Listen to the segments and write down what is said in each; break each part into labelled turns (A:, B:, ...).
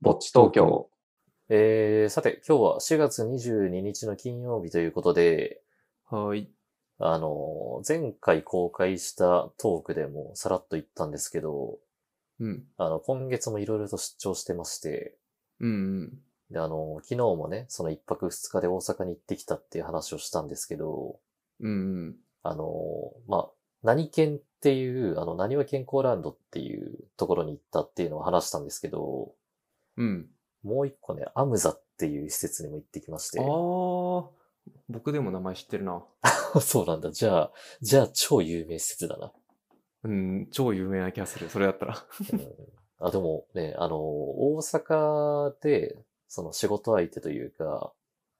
A: ぼっち東京。
B: えー、さて、今日は4月22日の金曜日ということで、
C: はい。
B: あのー、前回公開したトークでもさらっと言ったんですけど、
C: うん。
B: あの、今月もいろいろと出張してまして、
C: うんうん。
B: で、あのー、昨日もね、その一泊二日で大阪に行ってきたっていう話をしたんですけど、
C: うんうん。
B: あのー、まあ、何県っていう、あの、何は健康ランドっていうところに行ったっていうのを話したんですけど、
C: うん。
B: もう一個ね、アムザっていう施設にも行ってきまして
C: あ。ー、僕でも名前知ってるな。
B: そうなんだ。じゃあ、じゃあ超有名施設だな。
C: うん、超有名な気がする。それだったら。
B: うんあ、でもね、あの、大阪で、その仕事相手というか、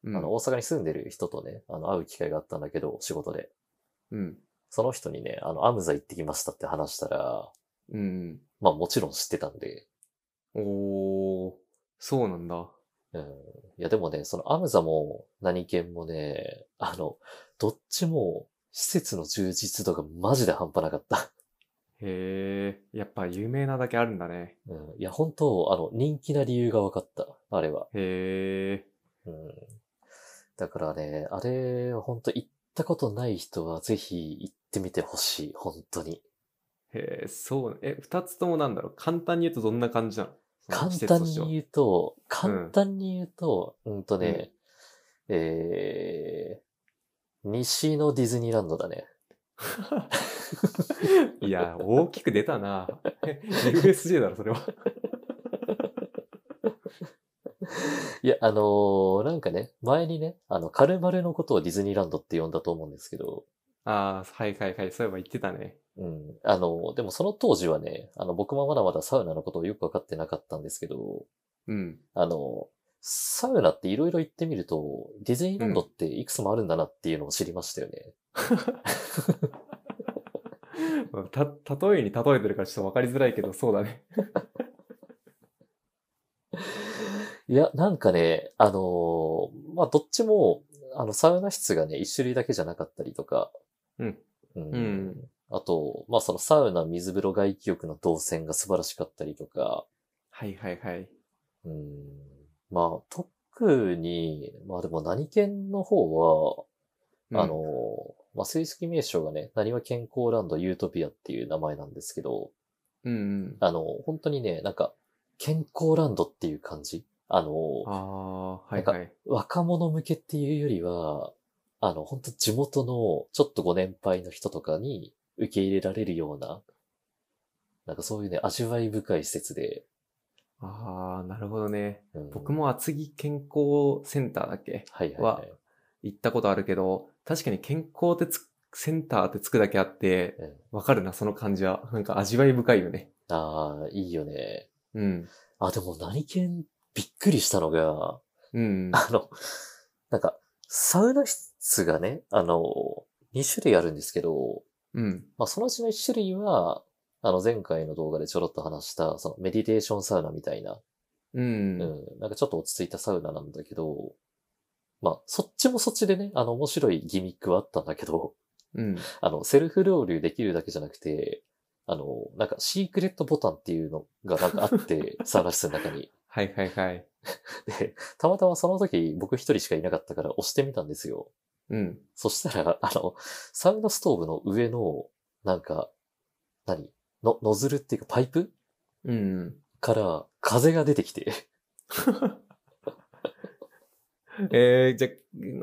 C: うん
B: あの、大阪に住んでる人とね、あの、会う機会があったんだけど、仕事で。
C: うん。
B: その人にね、あの、アムザ行ってきましたって話したら、
C: うん。
B: まあもちろん知ってたんで、
C: おー、そうなんだ。
B: うん。いやでもね、そのアムザも何県もね、あの、どっちも施設の充実度がマジで半端なかった。
C: へー、やっぱ有名なだけあるんだね。
B: うん。いや本当、あの、人気な理由が分かった。あれは。
C: へ
B: うんだからね、あれ、本当行ったことない人はぜひ行ってみてほしい、本当に。
C: ー、へー、そう、え、二つともなんだろう。簡単に言うとどんな感じなのその
B: 簡
C: 施設
B: 単
C: としては
B: に言うと、簡単に言うと、うん、とね、えー、西のディズニーランドだね。
C: いや、大きく出たな。USJ だろ、それは。
B: いや、あのーなんかね、前にね、あの、カルマルのことをディズニーランドって呼んだと思うんですけど、
C: あー、はいはいはい。そういえば言ってたね。
B: うん、あのでもその当時はね、あの、僕もまだまだサウナのことをよくわかってなかったんですけど、
C: うん。
B: あの、サウナっていろいろ行ってみると、ディズニーランドっていくつもあるんだなっていうのを知りましたよね。
C: た、例えに例えてるからちょっとわかりづらいけど、そうだね。
B: いや、なんかね、あのーまあ、どっちも、あの、サウナ室がね、一種類だけじゃなかったりとか、
C: うん。
B: うん。
C: うん
B: あと、まあ、そのサウナ、水風呂、外気浴の動線が素晴らしかったりとか、
C: はいはいはい。
B: うん。まあ、特に、まあでも何県の方は、
C: うん
B: あの、まあ、正式名称がね、何は健康ランドユートピアっていう名前なんですけど、
C: うんうん。
B: あの、本当にね、なんか、健康ランドっていう感じ。あ
C: あ
B: の、
C: あ、は
B: なん
C: い
B: か
C: はい。
B: 若者向けっていうよりは、あの、本当地元のちょっとご年配の人とかに受け入れられるような、なんかそういうね、味わい深い施設で。
C: ああ、なるほどね。
B: うん
C: 僕。も厚木健康センターだっけ
B: はいはい、は。
C: はい行ったことあるけど、確かに健康ってつセンターってつくだけあって、
B: うん
C: わかるな、その感じは。なんか味わい深いよね。
B: ああ、いいよね。
C: うん。
B: あ、でも何県びっくりしたのが、
C: うん。
B: あの、なんか、サウナ室がね、あの、2種類あるんですけど、
C: うん。
B: まあ、そのうちの一種類は、あの、前回の動画でちょろっと話した、そのメディテーションサウナみたいな、
C: うん。
B: うん、なんかちょっと落ち着いたサウナなんだけど、まあ、そっちもそっちでね、あの、面白いギミックはあったんだけど、
C: うん。
B: あの、セルフロウリュできるだけじゃなくて、あの、なんか、シークレットボタンっていうのがなんか あって、サウナ室の中に。
C: はいはいはい。
B: で、たまたまその時、僕一人しかいなかったから押してみたんですよ。
C: うん。
B: そしたら、あの、サウナストーブの上の、なんか、何の、ノズルっていうかパイプ
C: うん。
B: から風が出てきて、
C: えー、じゃ、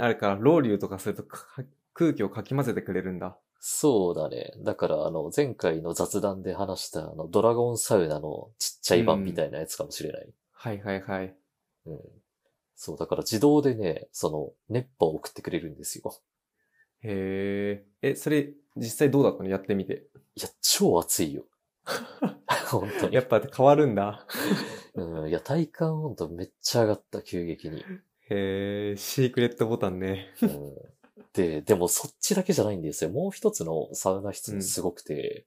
C: あれか、ロウリュとかするとか空気をかき混ぜてくれるんだ。
B: そうだね。だから、あの、前回の雑談で話した、あの、ドラゴンサウナのちっちゃい版みたいなやつかもしれない。
C: はいはいはい。
B: うん。そう、だから自動でね、その、熱波を送ってくれるんですよ。
C: へえ。え、それ、実際どうだったのやってみて。
B: いや、超暑いよ。 本当に。
C: やっぱ変わるんだ。
B: うん。いや、体感温度めっちゃ上がった、急激に。
C: へえ、シークレットボタンね。
B: うんで、でもそっちだけじゃないんですよ。もう一つのサウナ室
C: うん
B: もすごくて、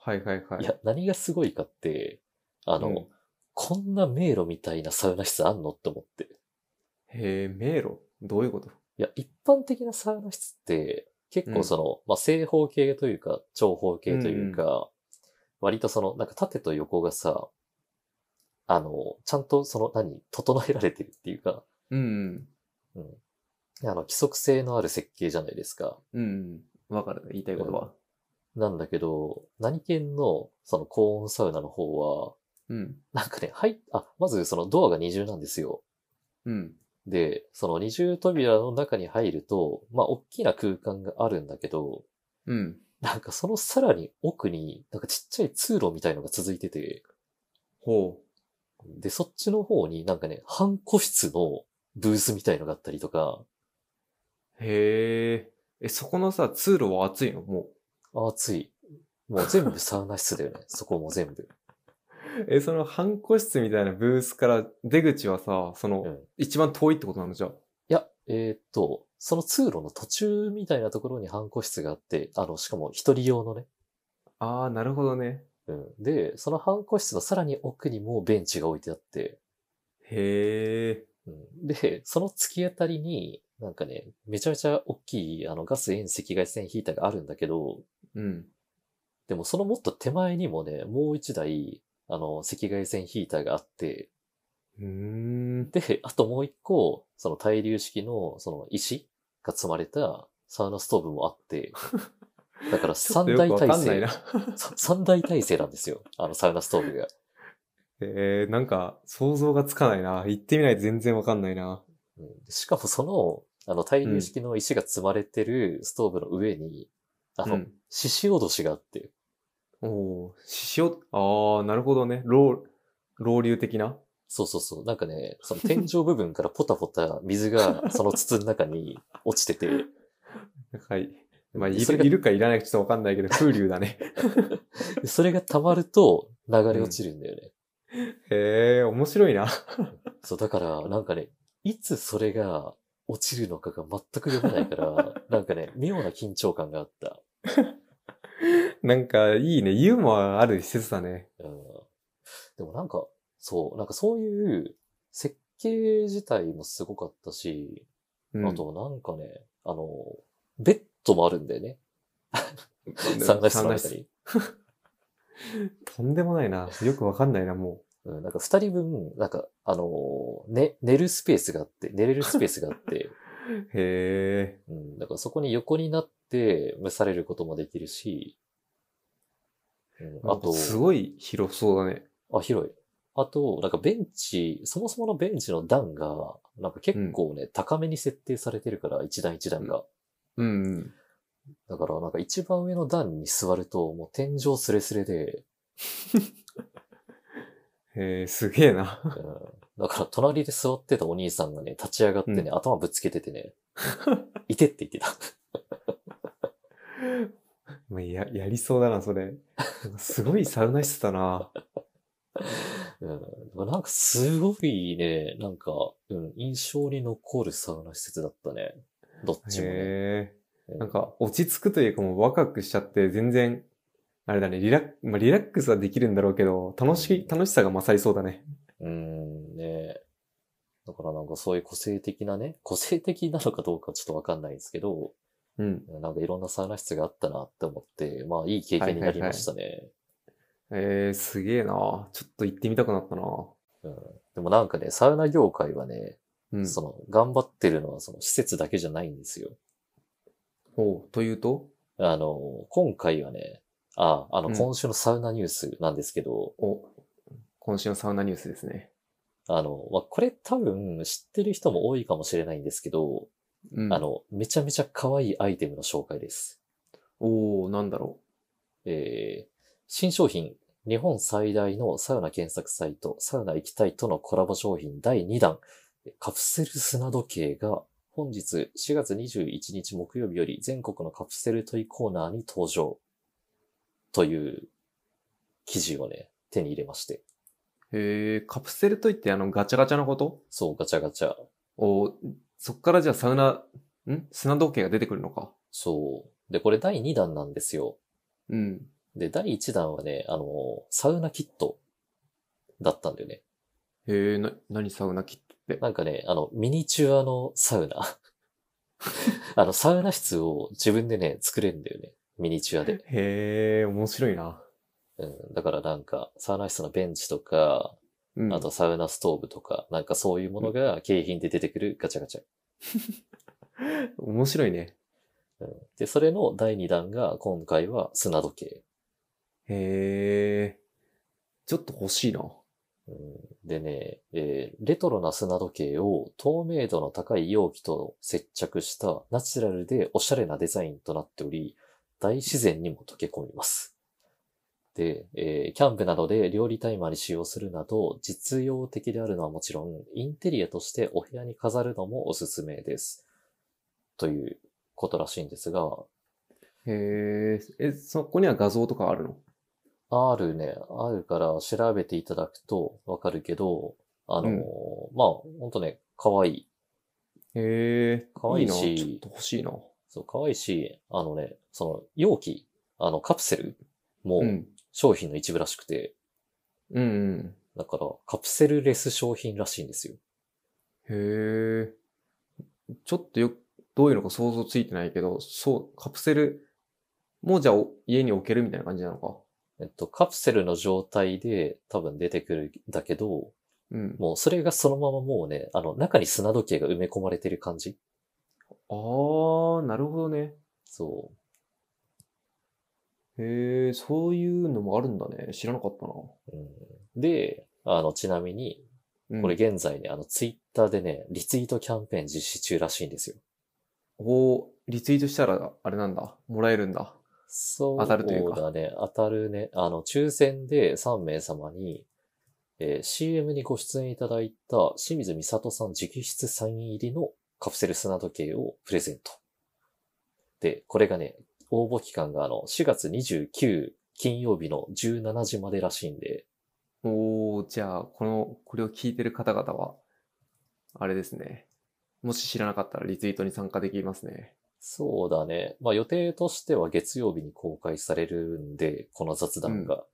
C: はいはいはい。
B: いや、何がすごいかって、あの、
C: うん
B: こんな迷路みたいなサウナ室あんのって思って。
C: へえ、迷路どういうこと
B: いや、一般的なサウナ室って、結
C: う
B: 構
C: ん
B: その、まあ、正方形というか、長方形というか、割とその、なんか縦と横がさ、あの、ちゃんとその何、整えられてるっていうか、
C: うん。
B: うん。あの、規則性のある設計じゃないですか。
C: うん。わかる。言いたいことは。
B: なんだけど、何県のその高温サウナの方は、
C: うん。
B: なんかね、はい、あ、まずそのドアが二重なんですよ。
C: うん。
B: で、その二重扉の中に入ると、まあ、大きな空間があるんだけど、
C: うん。
B: なんかそのさらに奥に、なんかちっちゃい通路みたいのが続いてて、
C: ほ
B: で、そっちの方になんかね、半個室のブースみたいのがあったりとか、
C: う。へえ。え、そこのさ、通路は暑いのも
B: あーつい。もう全部サウナ室だよね。そこも全部。
C: う。え、その半個室みたいなブースから出口はさ、その、
B: うん。
C: 一番遠いってことなのじゃあ。
B: いや、えーっと、その通路の途中みたいなところに半個室があって、あの、しかも一人用のね。
C: あー、なるほどね。
B: うん。で、その半個室のさらに奥にもベンチが置いてあって、
C: へえ。
B: うん、で、 その突き当たりに、なんかね、めちゃめちゃ大きい、あの、ガス遠赤外線ヒーターがあるんだけど、
C: うん。
B: でもそのもっと手前にもね、もう一台、あの、赤外線ヒーターがあって、
C: うーん。
B: で、 あともう一個、その対流式の、その石が積まれたサウナストーブも あって、だから
C: ちょっ
B: 三
C: とよ
B: 大
C: くわ
B: 体
C: かんない
B: 制
C: な。。
B: さ三大体制なんですよ。 あの、サウナストーブが。
C: えー、なんか、想像がつかないな。行ってみないと全然わかんないな。
B: うんしかもその、あの、対流式の石が積まれてるストーブの上に、あ
C: う
B: の、
C: ん。
B: 獅子おどしがあって、
C: おー、ししお、あー、なるほどね。老、老流的な。
B: そうそうそう。なんかね、その天井部分からポタポタ 水がその筒の中に落ちてて、
C: はい。まあ、い
B: でそれ
C: る
B: が
C: いるかいらないかちょっとわかんないけど、風流だ ね。
B: でそれが溜まると流れ落ちるんだよね。
C: へえ、面白いな。
B: そう、だから、なんかね、いつそれが落ちるのかが全く読めないから、 なんかね、妙な緊張感があった。
C: なんか、いいね。ユーモアある施設だね。
B: うん。でもなんか、そう、なんかそういう設計自体もすごかったし、
C: うん、
B: あとなんかね、あの、ベッドもあるんだよね。サ
C: サ
B: ウ
C: ウ
B: ナ
C: ナ
B: 室の中
C: 室、
B: に。
C: とんでもないな。よくわかんないな、も
B: うん、なんか二人分、なんか、あの、ね、寝るスペースがあって、寝れるスペースがあって、
C: う。へえ。
B: うん、だからそこに横になって蒸されることもできるし、うん、あ
C: あ
B: と
C: と、、すごい広そうだね。
B: あ、広い。あと、なんかベンチ、そもそものベンチの段が、なんか結構ね、高めに設定されてるから、一段一段が。
C: うんうん。
B: だから、なんか一番上の段に座ると、もう天井スレス レで、
C: へえ、すげえな。
B: うん、だから隣で座ってたお兄さんがね、立ち上がってね、
C: う
B: 頭ぶつけて てね、いてって言ってた。
C: まあ、や、やりそうだな、それ。なんかすごいサウナ室だな。
B: うん、でもなんかすごいね、なんか、うん、印象に残るサウナ施設だったね。どっちもね。
C: へ
B: うん
C: え。なんか、落ち着くというかもう若くしちゃって、全然、あれだね、リラック、まあ、リラックスはできるんだろうけど、楽し、楽しさが勝りそうだね。
B: うん、ねだからなんかそういう個性的なね、個性的なのかどうかちょっとわかんないんですけど、
C: うん。
B: なんかいろんなサウナ室があったなって思って、まあいい経験になりましたね。
C: えー、すげえな。ちょっと行ってみたくなったな。
B: でもなんかね、サウナ業界はね、
C: うん。
B: その、頑張ってるのはその施設だけじゃないんですよ。
C: ほう。というと
B: あの、今回はね、あ、あの、
C: うん
B: 今週のサウナニュースなんですけど、
C: お、今週のサウナニュースですね。
B: あの、まあ、これ多分知ってる人も多いかもしれないんですけど、
C: うん。
B: あ。の、めちゃめちゃ可愛いアイテムの紹介です。
C: おー、なんだろ
B: えー新商品、日本最大のサウナ検索サイト、サウナ行きたいとのコラボ商品第2弾、カプセル砂時計が本日4月21日木曜日より全国のカプセルトイコーナーに登場という記事をね、手に入れまして。
C: う。へえ、カプセルトイってあの、ガチャガチャのこと
B: そう、ガチャガチャ。
C: おー、そっからじゃあサウナ、ん砂時計が出てくるのか。
B: そう。で、これ第2弾なんですよ。
C: うん。
B: で、第1弾はね、あの、サウナキットだったんだよね。
C: へえ、な、何サウナキットって。
B: なんかね、あの、ミニチュアのサウナ。 あの、サウナ室を自分でね、作れるんだよね。ミニチュアで。
C: へえ、面白いな。
B: うん、だからなんか、サウナ室のベンチとか、
C: うん
B: あとサウナストーブとか、なんかそういうものが景品で出てくるガチャガチャ。
C: 面白いね。
B: で、それの第2弾が今回は砂時計。
C: へえ。ちょっと欲しいな。
B: うんでね、えーレトロな砂時計を透明度の高い容器と接着したナチュラルでおしゃれなデザインとなっており、大自然にも溶け込みます。で、えーキャンプなどで料理タイマーに使用するなど、実用的であるのはもちろん、インテリアとしてお部屋に飾るのもおすすめです。ということらしいんですが、
C: へえ。え、そこには画像とかあるの
B: あるね、あるから調べていただくとわかるけど、あの
C: う
B: ー
C: ん
B: まあ、ほんとね、可愛い
C: へえ。
B: 可愛い
C: な
B: し
C: ちょっと欲しいな。
B: そう、可愛いし、あのね、その容器、あのカプセルも
C: うん。
B: 商品の一部らしくて、
C: うんうん。
B: だからカプセルレス商品らしいんですよ。
C: へえ。ちょっとよ、どういうのか想像ついてないけど、そう、カプセルもじゃあお家に置けるみたいな感じなのか。
B: えっと、カプセルの状態で多分出てくるんだけど、
C: うん。
B: もうそれがそのままもうね、あの中に砂時計が埋め込まれてる感じ。
C: あー、なるほどね。
B: そう。
C: へえ、そういうのもあるんだね。知らなかったな。
B: うん、で、あの、ちなみに、
C: うん
B: これ現在ね、あの、ツイッターでね、リツイートキャンペーン実施中らしいんですよ。
C: おーリツイートしたら、あれなんだ。もらえるんだ。
B: そう
C: 当たるというか
B: だね。当たるね。あの、抽選で3名様に、えー CM にご出演いただいた清水美里さん直筆サイン入りのカプセル砂時計をプレゼント。で、これがね、応募期間があの、4月29金曜日の17時までらしいんで、
C: おーじゃあ、この、これを聞いてる方々は、あれですね。もし知らなかったらリツイートに参加できますね。
B: そうだね。まあ予定としては月曜日に公開されるんで、この雑談が。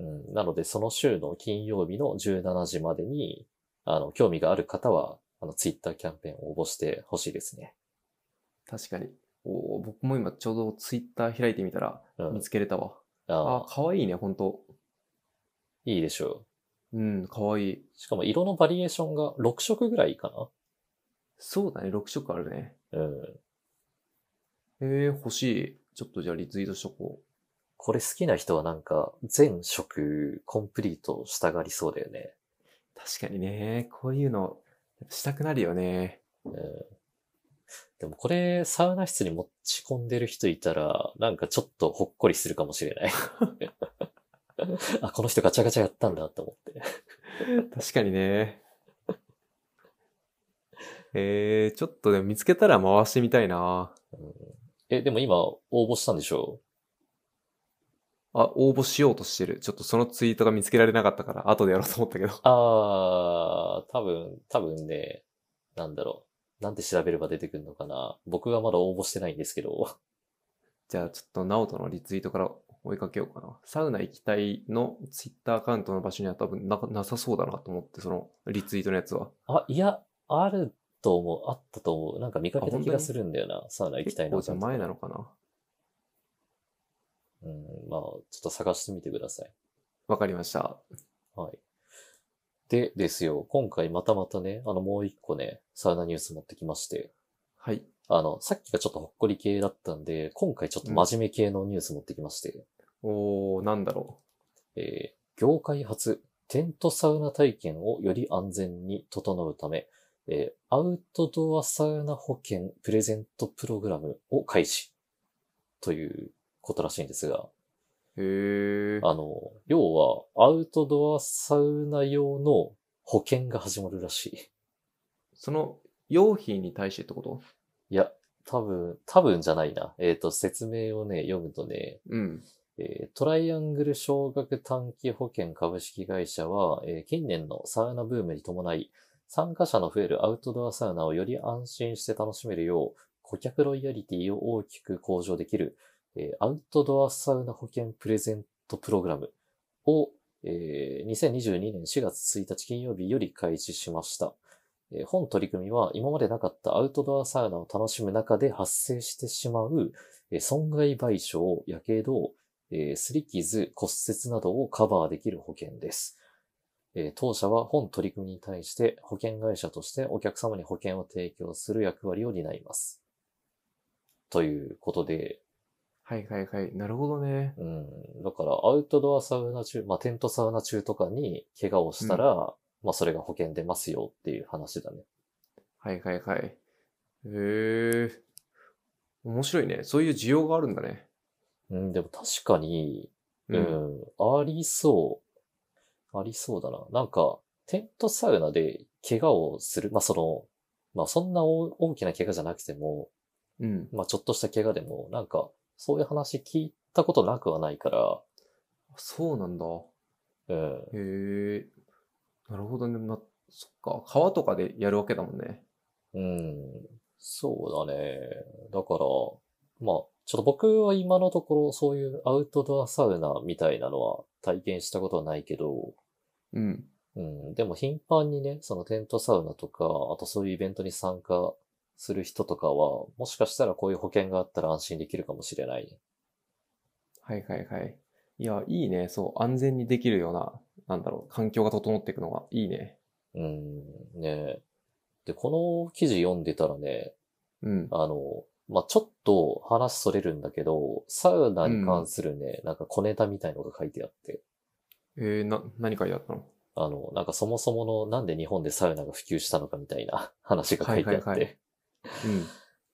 B: うん、なので、その週の金曜日の17時までに、あの、興味がある方は、あの、ツイッターキャンペーンを応募してほしいですね。
C: 確かに。おー僕も今ちょうどツイッター開いてみたら
B: うん
C: 見つけれたわ。あ
B: あ
C: ー、かわいいね、ほんと。
B: いいでしょ
C: うん、かわいい。
B: う。しかも色のバリエーションが6色ぐらいか
C: そうだね、6色あるね。
B: なうん。
C: えー、欲しい。ちょっとじゃあリツイートしとこ
B: これ好きな人はなんか、全色コンプリートしたがりそうだよね。
C: う。確かにね、こういうの、したくなるよね。
B: うんでもこれ、サウナ室に持ち込んでる人いたら、なんかちょっとほっこりするかもしれない。 あ、この人ガチャガチャやったんだと思って。
C: 確かにね。えー、ちょっとでも見つけたら回してみたいな。
B: え、でも今応募したんでしょ
C: あ、応募しようとしてる。ちょっとそのツイートが見つけられなかったから、後でやろうと思ったけど。
B: あー、多分、多分ね、なんだろう。なんて調べれば出てくるのかな。僕はまだ応募してないんですけど。
C: じゃあちょっと、ナオトのリツイートから追いかけようかな。サウナ行きたいのツイッターアカウントの場所には多分ななさそうだなと思って、そのリツイートのやつは。
B: あ、いや、あると思う。あったと思う。なんか見かけ
C: あ
B: た
C: 本当
B: 気
C: に
B: がするんだよな。サウナ行きたいな。
C: 結構じゃあ前なのかな。
B: うん、まあ、ちょっと探してみてください。
C: わかりました。
B: はい。で、ですよ。今回またまたね、あの、もう一個ね、サウナニュース持ってきまして、
C: はい。
B: あの、さっきがちょっとほっこり系だったんで、今回ちょっと真面目系のニュース持ってきまして、
C: おー、なんだろ
B: えー業界初、テントサウナ体験をより安全に整うため、えーアウトドアサウナ保険プレゼントプログラムを開始。ということらしいんですが、
C: う。へー。
B: あの、要は、アウトドアサウナ用の保険が始まるらしい。
C: その、用品に対してってこと
B: いや、多分、多分じゃないな。えっ、と、説明をね、読むとね、
C: うん。
B: えートライアングル少額短期保険株式会社は、えー近年のサウナブームに伴い、参加者の増えるアウトドアサウナをより安心して楽しめるよう、顧客ロイヤリティを大きく向上できる、えーアウトドアサウナ保険プレゼントプログラムを、えー2022年4月1日金曜日より開始しました。えー本取り組みは今までなかったアウトドアサウナを楽しむ中で発生してしまう、えー損害賠償、やけど、えー、擦り傷、骨折などをカバーできる保険です。えー当社は本取り組みに対して保険会社としてお客様に保険を提供する役割を担います。ということで、
C: はいはいはい。なるほどね。
B: うん、だからアウトドアサウナ中、まあ、テントサウナ中とかに怪我をしたら、まあ、それが保険出ますよっていう話だね。
C: はいはいはい。へえ。面白いね。そういう需要があるんだね。
B: うん、でも確かに、う
C: うん。
B: ん、ありそう。ありそうだな。なんか、テントサウナで怪我をする。まあ、その、まあ、そんな大大きな怪我じゃなくても、
C: うん。
B: まあ、ちょっとした怪我でも、なんか、そういう話聞いたことなくはないから、
C: そうなんだ。
B: うん。
C: へえ。なるほどね。ま、そっか。川とかでやるわけだもんね。
B: うん。そうだね。だから、まあ、ちょっと僕は今のところそういうアウトドアサウナみたいなのは体験したことはないけど、
C: うん。
B: うん、でも頻繁にね、そのテントサウナとか、あとそういうイベントに参加する人とかは、もしかしたらこういう保険があったら安心できるかもしれないね。
C: はいはいはい。いや、いいね。そう。安全にできるような、なんだろう。環境が整っていくのがいいね。
B: うん、ねえで、この記事読んでたらね、
C: うん。
B: あの、まあ、ちょっと話それるんだけど、サウナに関するね、なんか小ネタみたいのが書いてあって、
C: えー、な、何書いてあったの
B: あの、なんかそもそものなんで日本でサウナが普及したのかみたいな話が書いてあって、
C: はいはいはいうん。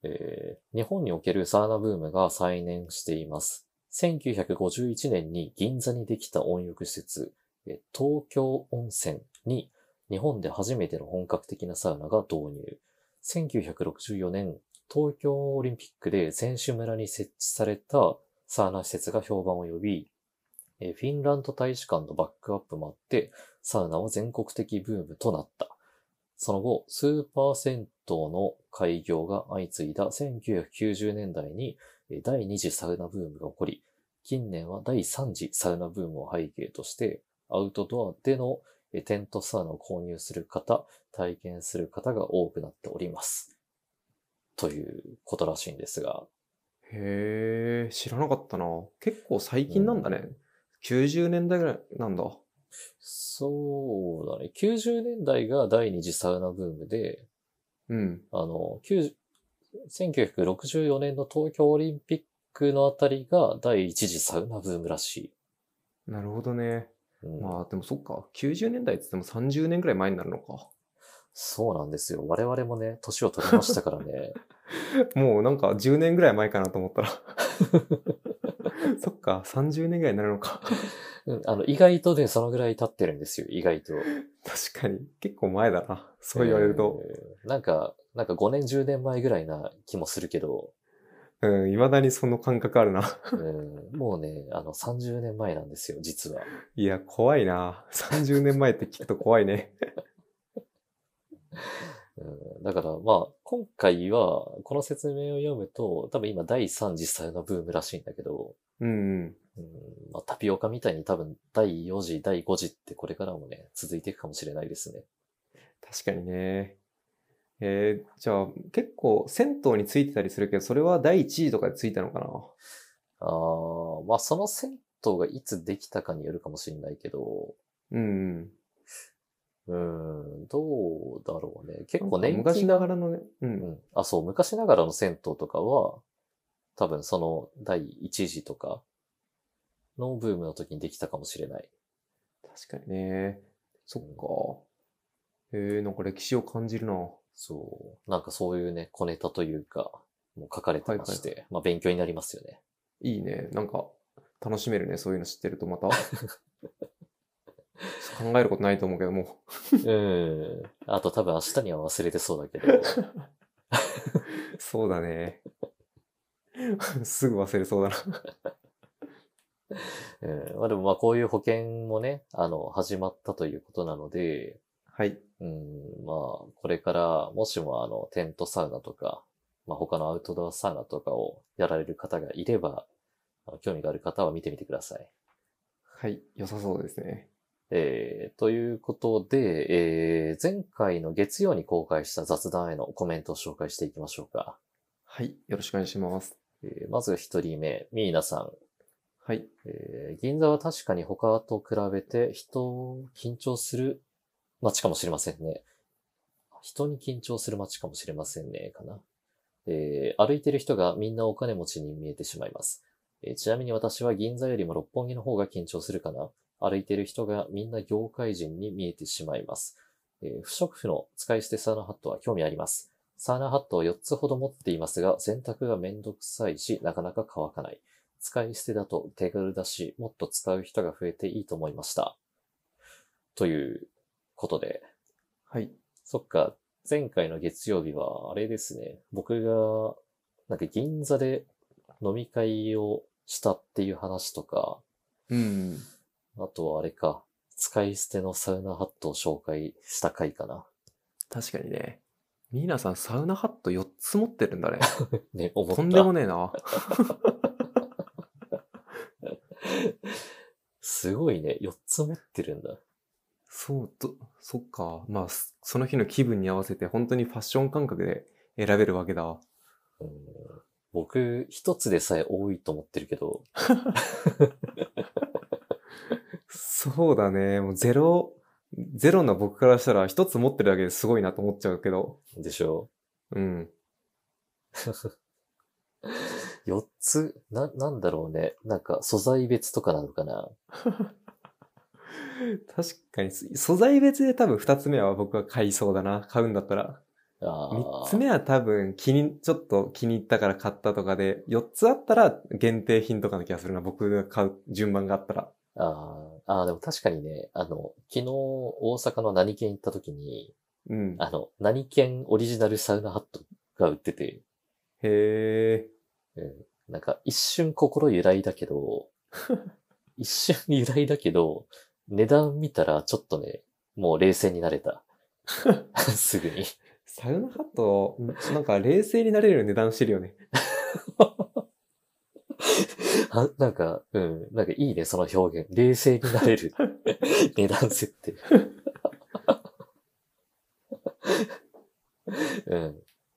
B: えー日本におけるサウナブームが再燃しています。1951年に銀座にできた温浴施設、えー東京温泉に日本で初めての本格的なサウナが導入。1964年、東京オリンピックで選手村に設置されたサウナ施設が評判を呼び、えーフィンランド大使館のバックアップもあって、サウナは全国的ブームとなった。その後、スーパー銭湯の開業が相次いだ1990年代にえー第二次サウナブームが起こり、近年は第三次サウナブームを背景として、アウトドアでのえーテントサウナを購入する方、体験する方が多くなっております。ということらしいんですが、
C: へえ、知らなかったな。結構最近なんだね。90年代ぐらいなんだ。
B: そうだね。90年代が第二次サウナブームで、
C: うん。
B: あの、90 1964年の東京オリンピックのあたりが第一次サウナブームらし
C: なるほどね。
B: い。うん
C: まあでもそっか。90年代って言っても30年ぐらい前になるのか。
B: そうなんですよ。我々もね、年を取りましたから ね。
C: もうなんか10年ぐらい前かなと思ったら。そっか。30年ぐらいになるのか。
B: うん、あの、意外とね、そのぐらい経ってるんですよ、意外と。
C: 確かに。結構前だな。そう 言われると。
B: えーなんか、なんか5年、10年前ぐらいな気もするけど、
C: うん。未だにその感覚あるな。
B: うん、もうね、あの、30年前なんですよ、実は。
C: いや、怖いな。30年前って聞くと怖いね。
B: うん、だから、まあ、今回は、この説明を読むと、多分今第3次サウナブームらしいんだけど、
C: うんうん。
B: うんまあ、タピオカみたいに多分第4次、第5次ってこれからもね、続いていくかもしれないですね。
C: 確かにね。えー、じゃあ結構銭湯についてたりするけど、それは第一位とかでついたのかな
B: ああ、まあその銭湯がいつできたかによるかもしれないけど、
C: うんうん。
B: うーん、どうだろうね。結構
C: なん
B: ね、
C: か昔ながらのね。う。
B: うんん。あ、そう、昔ながらの銭湯とかは、多分その第1次とかのブームの時にできたかもしれない。
C: 確かにね。そっか。えー、なんか歴史を感じるな。
B: そう。なんかそういうね、小ネタというか、もう書かれてまして、
C: は
B: まあ勉強になりますよね。
C: いいね。なんか楽しめるね。そういうの知ってるとま た。考えることないと思うけども。
B: うん。あと多分明日には忘れてそうだけど。
C: そうだね。すぐ忘れそうだな。
B: うん。まあでもまあこういう保険もね、あの、始まったということなので、
C: はい。
B: うん、まあ、これから、もしもあの、テントサウナとか、まあ他のアウトドアサウナとかをやられる方がいれば、あの興味がある方は見てみてください。
C: はい。良さそうですね。
B: えー、ということで、えー、前回の月曜に公開した雑談へのコメントを紹介していきましょうか。
C: はい。よろしくお願いします。
B: えーまず一人目、ミーナさん。
C: はい。
B: えー銀座は確かに他と比べて人を緊張する街かもしれませんね。人に緊張する街かもしれませんね、かな。えー歩いてる人がみんなお金持ちに見えてしまいます。えーちなみに私は銀座よりも六本木の方が緊張するかな。歩いてる人がみんな業界人に見えてしまいます。えー不織布の使い捨てサウナハットは興味あります。サウナハットを4つほど持っていますが、洗濯がめんどくさいし、なかなか乾かない。使い捨てだと手軽だし、もっと使う人が増えていいと思いました。ということで、
C: はい。
B: そっか、前回の月曜日は、あれですね、僕が、なんか銀座で飲み会をしたっていう話とか、
C: うん。
B: あとはあれか、使い捨てのサウナハットを紹介した回かな。
C: 確かにね。ミーナさん、サウナハット4つ持ってる んだね。
B: ね、思った。
C: とんでもねえな。
B: すごいね、4つ持ってるんだ。
C: そう、と、そっか。まあ、すその日の気分に合わせて、本当にファッション感覚で選べるわけだ。
B: うん僕、一つでさえ多いと思ってるけど、
C: そうだね。もうゼロ、ゼロな僕からしたら、一つ持ってるだけですごいなと思っちゃうけど。
B: でしょ
C: うん。
B: 四つな、なんだろうね。なんか、素材別とかなのかな。
C: 確かに、す素材別で多分二つ目は僕は買いそうだな。買うんだったら。
B: あー
C: 三つ目は多分気に、ちょっと気に入ったから買ったとかで、四つあったら限定品とかの気がするな。僕が買う順番があったら。
B: あーあー、でも確かにね、あの、昨日大阪の何県行った時に、
C: うん。
B: あの、何県オリジナルサウナハットが売ってて、
C: へえ。
B: なんか一瞬心揺らいだけ ど、一瞬揺らいだけど、値段見たらちょっとね、もう冷静にな れた。すぐに。
C: サウナハット、なんか冷静になれる値段してるよね。
B: あ なんか、うん、なんかいいね、その表現。冷静になれ る。値段設 定。うん。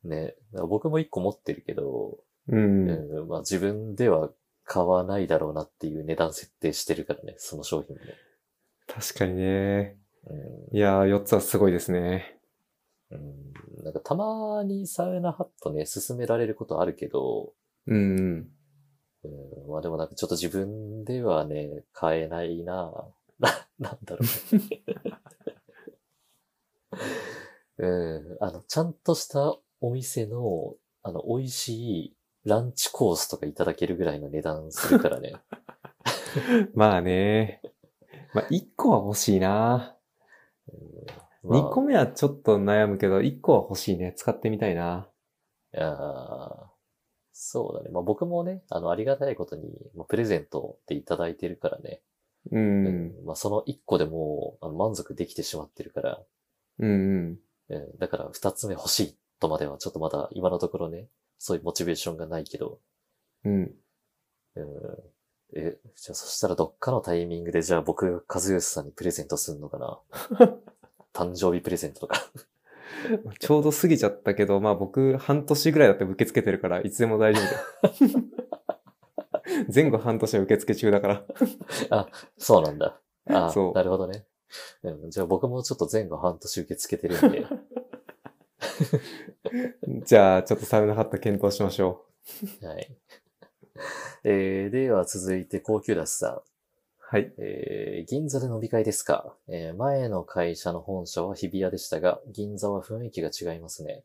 B: ね。僕も一個持ってるけど、
C: う。
B: うんん、まあ自分では買わないだろうなっていう値段設定してるからね、その商品ね。
C: 確かにね。
B: うん
C: いやー、四つはすごいですね。
B: うん、なんかたまにサウナハットね、勧められることあるけど、
C: うんうん。
B: うん、まあでもなんかちょっと自分ではね、買えないな な、なんだろ う。うん、あの、ちゃんとしたお店の、あの、美味しいランチコースとかいただけるぐらいの値段するから ね。
C: まあね。まあ、一個は欲しいな。
B: まあ
C: 二個目はちょっと悩むけど、一個は欲しいね。使ってみたいな。
B: あーそうだね。まあ僕もね、あの、ありがたいことに、まあ、プレゼントっていただいてるからね。
C: う。
B: うんまあその1個でもうあの満足できてしまってるから、
C: うんうん。
B: うん、だから2つ目欲しいとまではちょっとまだ今のところね、そういうモチベーションがないけど、
C: うん。
B: うん、え、じゃあそしたらどっかのタイミングでじゃあ僕が和義さんにプレゼントするのか な誕生日プレゼントとか。
C: ちょうど過ぎちゃったけど、まあ僕、半年ぐらいだって受け付けてるから、いつでも大丈夫 だよ。前後半年は受付中だから。
B: そうなんだ。あ
C: そう
B: なるほどね、うん。じゃあ僕もちょっと前後半年受け付けてる んで、
C: じゃあ、ちょっとサウナハット検討しましょ
B: はい。えー、では続いて高級ダスさん。
C: う。はい。
B: えー銀座で飲み会ですか、えー前の会社の本社は日比谷でしたが、銀座は雰囲気が違いますね、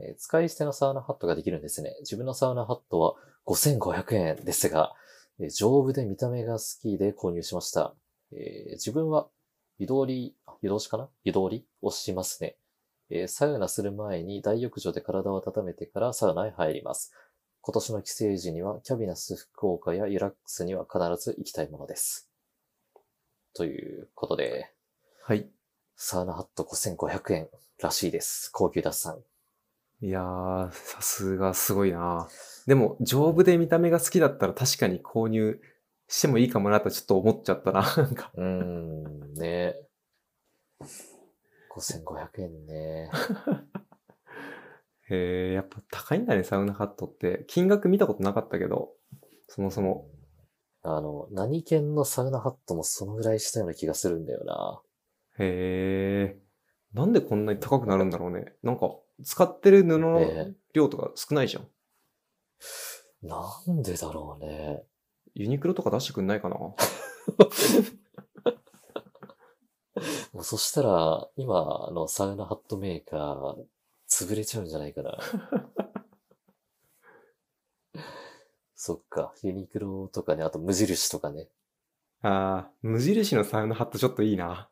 B: えー使い捨てのサウナハットができるんですね。自分のサウナハットは5500円ですが、えー丈夫で見た目が好きで購入しました。えー自分は湯通り、あ湯通しかな湯通りをしますね、えーサウナする前に大浴場で体を温めてからサウナへ入ります。今年の帰省時にはキャビナス福岡やユラックスには必ず行きたいものです。ということで、
C: はい。
B: サウナハット5500円らしいです。高級ダスさん。
C: いやー、さすがすごいなでも、丈夫で見た目が好きだったら確かに購入してもいいかもなとちょっと思っちゃったな。なんか、
B: うーん、ね5500円ね。
C: えー、やっぱ高いんだね、サウナハットって。金額見たことなかったけど、そもそも。
B: あの、何県のサウナハットもそのぐらいしたような気がするんだよな。
C: へえ。なんでこんなに高くなるんだろうね。なんか、使ってる布の
B: ね
C: 量とか少ないじゃん。
B: なんでだろうね。
C: ユニクロとか出してくんないか な
B: もうそしたら、今のサウナハットメーカー、潰れちゃうんじゃないかな。そっか、ユニクロとかね、あと無印とかね。
C: ああ、無印のサウナハットちょっといいな。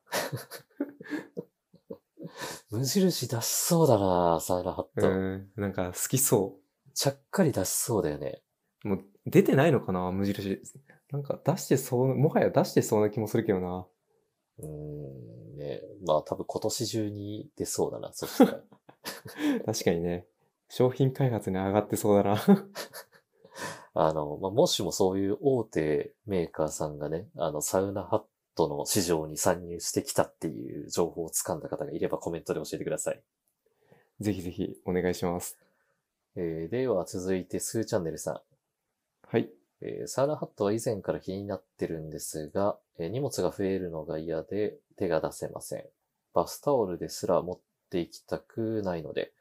B: 無印出しそうだな、サウナハッ
C: う
B: ト。
C: ん。なんか好きそ
B: ちゃっかり出しそうだよね。
C: う。もう出てないのかな無印。なんか出してそう、もはや出してそうな気もするけどな。
B: うーん、ね。まあ多分今年中に出そうだな、そしたら。
C: 確かにね。商品開発に上がってそうだな。
B: あの、まあ、もしもそういう大手メーカーさんがね、あの、サウナハットの市場に参入してきたっていう情報を掴んだ方がいればコメントで教えてください。
C: ぜひぜひお願いします。
B: えーでは続いて、スーチャンネルさん。
C: はい。
B: えーサウナハットは以前から気になってるんですが、えー荷物が増えるのが嫌で手が出せません。バスタオルですら持っていきたくないので、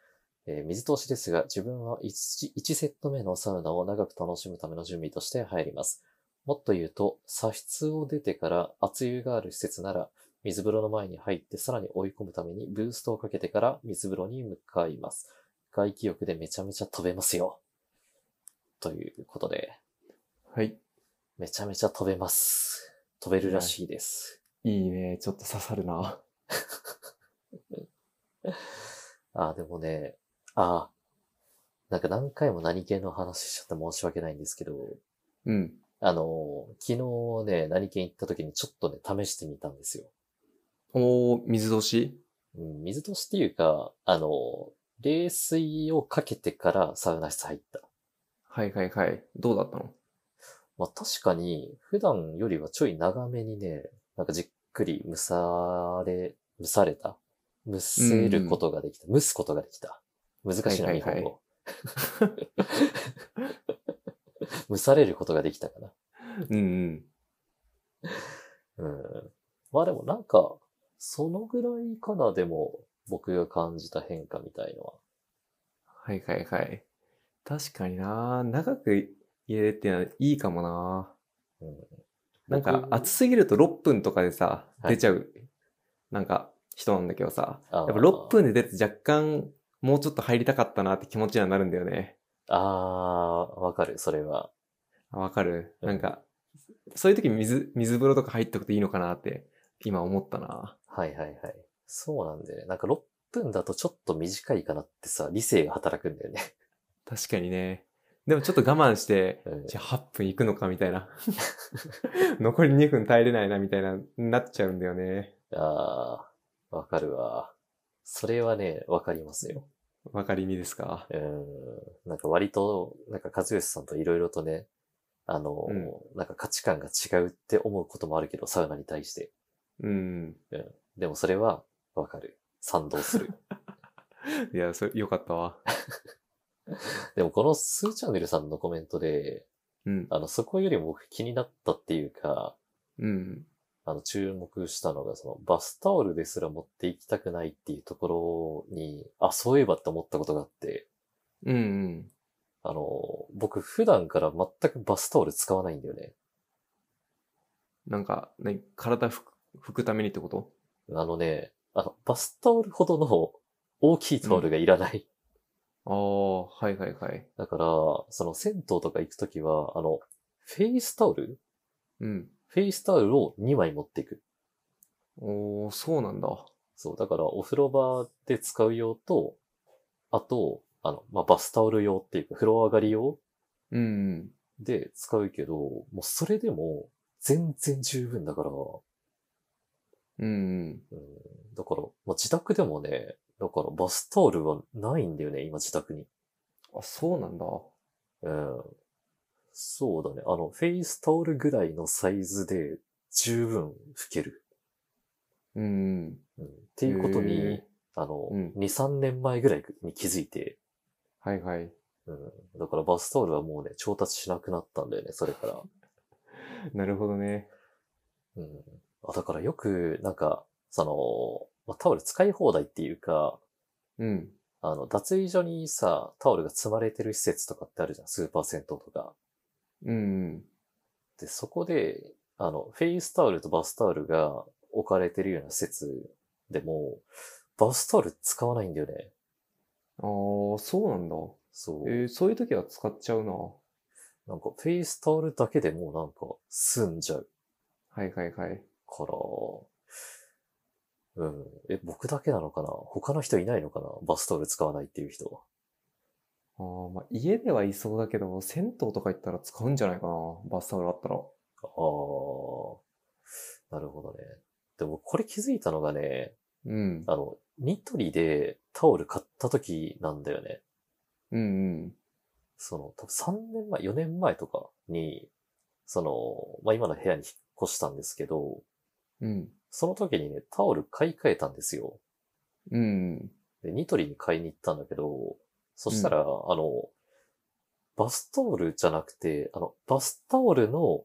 B: えー水通しですが、自分は 1, セット目のサウナを長く楽しむための準備として入ります。もっと言うと、茶室を出てから熱湯がある施設なら、水風呂の前に入ってさらに追い込むためにブーストをかけてから水風呂に向かいます。外気浴でめちゃめちゃ飛べますよ。ということで。
C: はい。
B: めちゃめちゃ飛べます。飛べるらしいです。
C: いいね。ちょっと刺さるな。
B: あー、でもね、あー、なんか何回も何系の話しちゃって申し訳ないんですけど、
C: うん。
B: あのー、昨日ね、何系行った時にちょっとね、試してみたんですよ。
C: おー、水通し
B: うん、水通しっていうか、あのー、冷水をかけてからサウナ室入った。
C: はいはいはい。どうだったの
B: まあ確かに、普段よりはちょい長めにね、なんかじっくり蒸され、蒸された蒸せることができた。蒸すことができた。難しいな、
C: はい
B: 日
C: はいはい
B: 本語。 蒸されることができたかな。
C: うんうん。
B: うん。まあでもなんか、そのぐらいかな、でも、僕が感じた変化みたいのは。
C: はいはいはい。確かにな長く入れるっていうのはいいかもな
B: うん、
C: なんか
B: 僕
C: 暑すぎると6分とかでさ、
B: はい
C: 出ちゃう、なんか人なんだけどさ、
B: あ
C: やっ
B: ー
C: ぱ6分で出て若干もうちょっと入りたかったなって気持ちにはなるんだよね。
B: あー、わかる、それは。
C: あわかる
B: うん
C: なんか、そういう時水、水風呂とか入っとくといいのかなって今思ったな
B: はいはいはい。そうなんだよね。なんか6分だとちょっと短いかなってさ、理性が働くんだよね。
C: 確かにね。でもちょっと我慢して、
B: うん
C: じゃあ8分行くのかみたいな。 残り2分耐えれないなみたいな、なっちゃうんだよね。
B: ああ、わかるわ。それはね、わかりますよ。
C: わかりみですか
B: うーん。なんか割と、なんか和義さんといろいろとね、あの、
C: うん
B: なんか価値観が違うって思うこともあるけど、サウナに対して。
C: うん。
B: でもそれはわかる。賛同する。
C: いや、それ、よかったわ。
B: でもこのスーチャンネルさんのコメントで、
C: うん。
B: あの、そこよりも僕気になったっていうか、
C: うん。
B: あの、注目したのが、その、バスタオルですら持って行きたくないっていうところに、あ、そういえばって思ったことがあって、
C: うんうん。
B: あの、僕普段から全くバスタオル使わないんだよね。
C: なんか、何体拭く、拭くためにってこと
B: あのね、あの、バスタオルほどの大きいタオルがいらない。
C: ああ、はいはいはい。
B: だから、その、銭湯とか行くときは、あの、フェイスタオル
C: うん。
B: フェイスタオルを2枚持っていく。
C: おー、そうなんだ。
B: そう、だから、お風呂場で使う用と、あと、あの、まあ、バスタオル用っていうか、風呂上がり用
C: うんうん。
B: で使うけど、もうそれでも全然十分だから、う
C: う
B: ん、
C: んうん。
B: だから、まあ、自宅でもね、だからバスタオルはないんだよね、今自宅に。
C: あ、そうなんだ。
B: うん。そうだね。あの、フェイスタオルぐらいのサイズで十分拭ける。
C: うんうん。っ
B: うん、っていうことに、あの、
C: うん
B: 2、3年前ぐらいに気づいて、
C: はいはい。
B: うん、だからバスタオルはもうね、調達しなくなったんだよね、それから。
C: なるほどね。
B: うん。あだからよく、なんか、その、まあタオル使い放題っていうか、
C: うん。
B: あの、脱衣所にさ、タオルが積まれてる施設とかってあるじゃん、スーパー銭湯とか。
C: うん。
B: で、そこで、あの、フェイスタオルとバスタオルが置かれてるような施設でも、バスタオル使わないんだよね。
C: ああ、そうなんだ。
B: そう。
C: えーそういう時は使っちゃうな。
B: なんか、フェイスタオルだけでもうなんか、済んじゃう
C: はいはいはい。
B: から、うん。え、僕だけなのかな他の人いないのかなバスタオル使わないっていう人
C: あ
B: は。
C: ーまあ、家ではいそうだけど、銭湯とか行ったら使うんじゃないかな。バスタオルあったら。
B: ああ、なるほどね。でも、これ気づいたのがね、
C: うん。
B: あの、ニトリでタオル買った時なんだよね。
C: うんうん。
B: その、多分3年前、4年前とかに、その、まあ、今の部屋に引っ越したんですけど、
C: うん。
B: その時にね、タオル買い替えたんですよ。
C: うん。
B: で、ニトリに買いに行ったんだけど、そしたら、あの、バスタオルじゃなくて、あの、バスタオルの、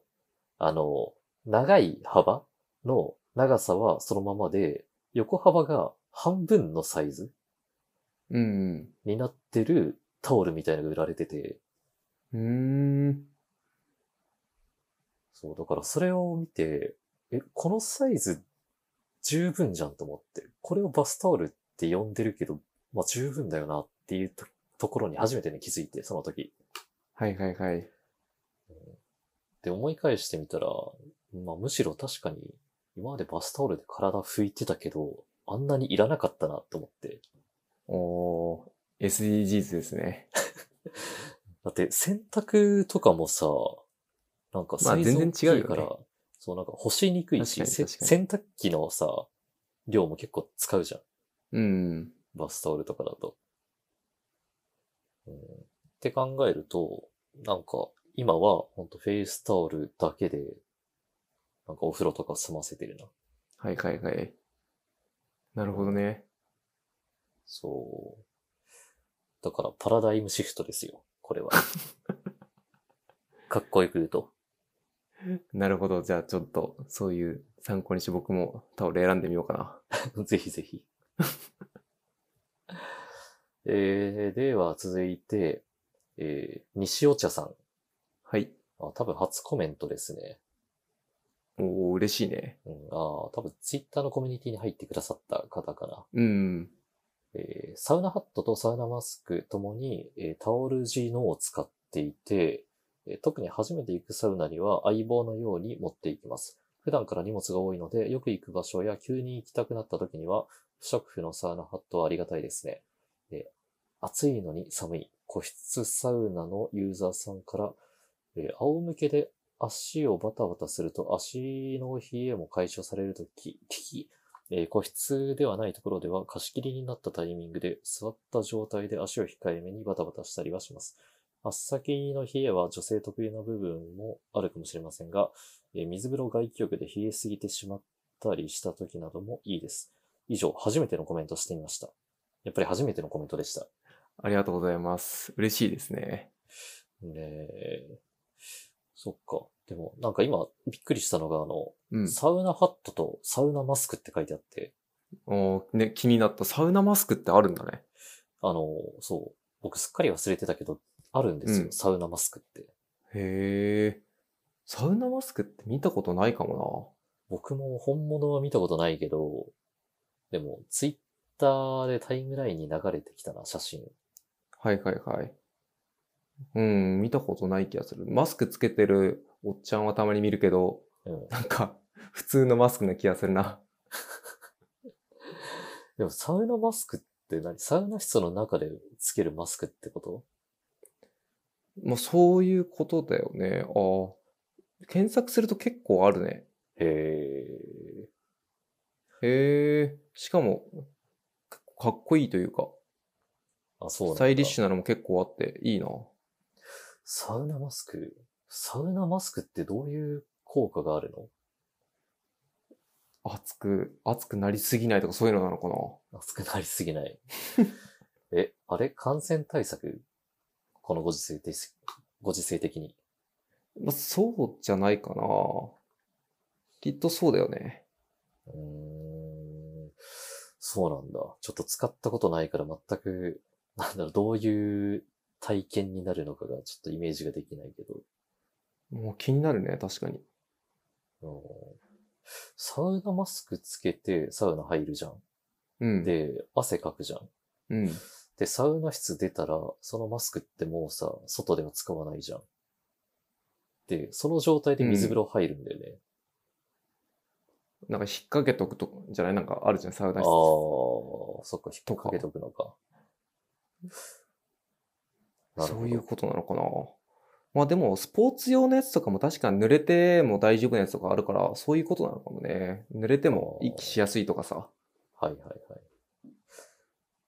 B: あの、長い幅の長さはそのままで、横幅が半分のサイズ
C: うん
B: になってるタオルみたいなのが売られてて、
C: うん。うーん。
B: そう、だからそれを見て、え、このサイズ十分じゃんと思って、これをバスタオルって呼んでるけど、まあ十分だよなっていうとところに初めてね気づいて、その時。
C: はいはいはい。
B: で、思い返してみたら、まあ、むしろ確かに、今までバスタオルで体拭いてたけど、あんなにいらなかったなと思って。
C: おー、SDGs ですね。
B: だって、洗濯とかもさ、なんか
C: まあ
B: サイズ大き
C: 全然違
B: いう
C: よ
B: から、
C: ね
B: そう、なんか干しにくいし、
C: 確か
B: せ
C: に確か
B: 洗濯機のさ、量も結構使うじゃん。
C: うん。
B: バスタオルとかだと。うん、って考えると、なんか、今はほんとフェイスタオルだけで、なんかお風呂とか済ませてるな。
C: はいはいはい。なるほどね。
B: そう。だから、パラダイムシフトですよ、これは。かっこよく言うと。
C: なるほど。じゃあちょっと、そういう参考にして僕もタオル選んでみようかな。
B: ぜひぜひ。えー、では続いて、えー、西尾茶さん。
C: はい。
B: あ、多分初コメントですね。
C: おー、嬉しいね。
B: うん、あー多分ツイッターのコミュニティに入ってくださった方かな。
C: うん。
B: えーサウナハットとサウナマスクともに、えータオル G のを使っていて、えー特に初めて行くサウナには相棒のように持っていきます。普段から荷物が多いので、よく行く場所や急に行きたくなった時には、不織布のサウナハットはありがたいですね。えー暑いのに寒い。個室サウナのユーザーさんから、えー仰向けで足をバタバタすると足の冷えも解消されるとき、聞き、えー個室ではないところでは貸し切りになったタイミングで座った状態で足を控えめにバタバタしたりはします。足先の冷えは女性特有な部分もあるかもしれませんが、えー水風呂外気浴で冷えすぎてしまったりした時などもいいです。以上、初めてのコメントしてみました。やっぱり初めてのコメントでした。
C: ありがとうございます。嬉しいですね。
B: ねえ。そっか。でも、なんか今、びっくりしたのが、あの、
C: うん。
B: サウナハットとサウナマスクって書いてあって、
C: おーね、気になった。サウナマスクってあるんだね。
B: あの、そう。僕すっかり忘れてたけど、あるんですよ、
C: うん
B: サウナマスクって。
C: へえ。サウナマスクって見たことないかも
B: 僕も本物は見たことないけど、でも、ツイッターでタイムラインに流れてきたな、写真。
C: な。はいはいはい。うん、見たことない気がする。マスクつけてるおっちゃんはたまに見るけど、
B: うん。
C: なんか、普通のマスクな気がするな。
B: でも、サウナマスクって何サウナ室の中でつけるマスクってこと
C: もうそういうことだよね。ああ。検索すると結構あるね。
B: へえ。
C: へえ。しかも、かかっこいいというか、
B: あ、そうなんだ
C: スタイリッシュなのも結構あって、いいな。
B: サウナマスクサウナマスクってどういう効果があるの
C: 熱く、熱くなりすぎないとかそういうのなのかな
B: 熱くなりすぎない。 え、あれ感染対策このご時世的、ご時世的に。
C: まあ、そうじゃないかな。きっとそうだよね。
B: うーんそうなんだ。ちょっと使ったことないから全く、なんだろう、どういう体験になるのかがちょっとイメージができないけど。
C: もう気になるね、確かに。
B: うんサウナマスクつけてサウナ入るじゃん。
C: うん。、
B: で、汗かくじゃん。
C: うん。
B: で、サウナ室出たら、そのマスクってもうさ、外では使わないじゃん。で、その状態で水風呂入るんだよね。
C: なんか引っ掛けとくとこじゃないなんかあるじゃん、サウ
B: あ
C: ナ
B: あ
C: 室。、
B: そっか、引っ掛けとくのか。なる
C: そ
B: ほ
C: ういう
B: ど。
C: ことなのかな。まあでも、スポーツ用のやつとかも確か濡れても大丈夫なやつとかあるから、そういうことなのかもね。濡れても息しやすいとかさ。
B: はいはいはい。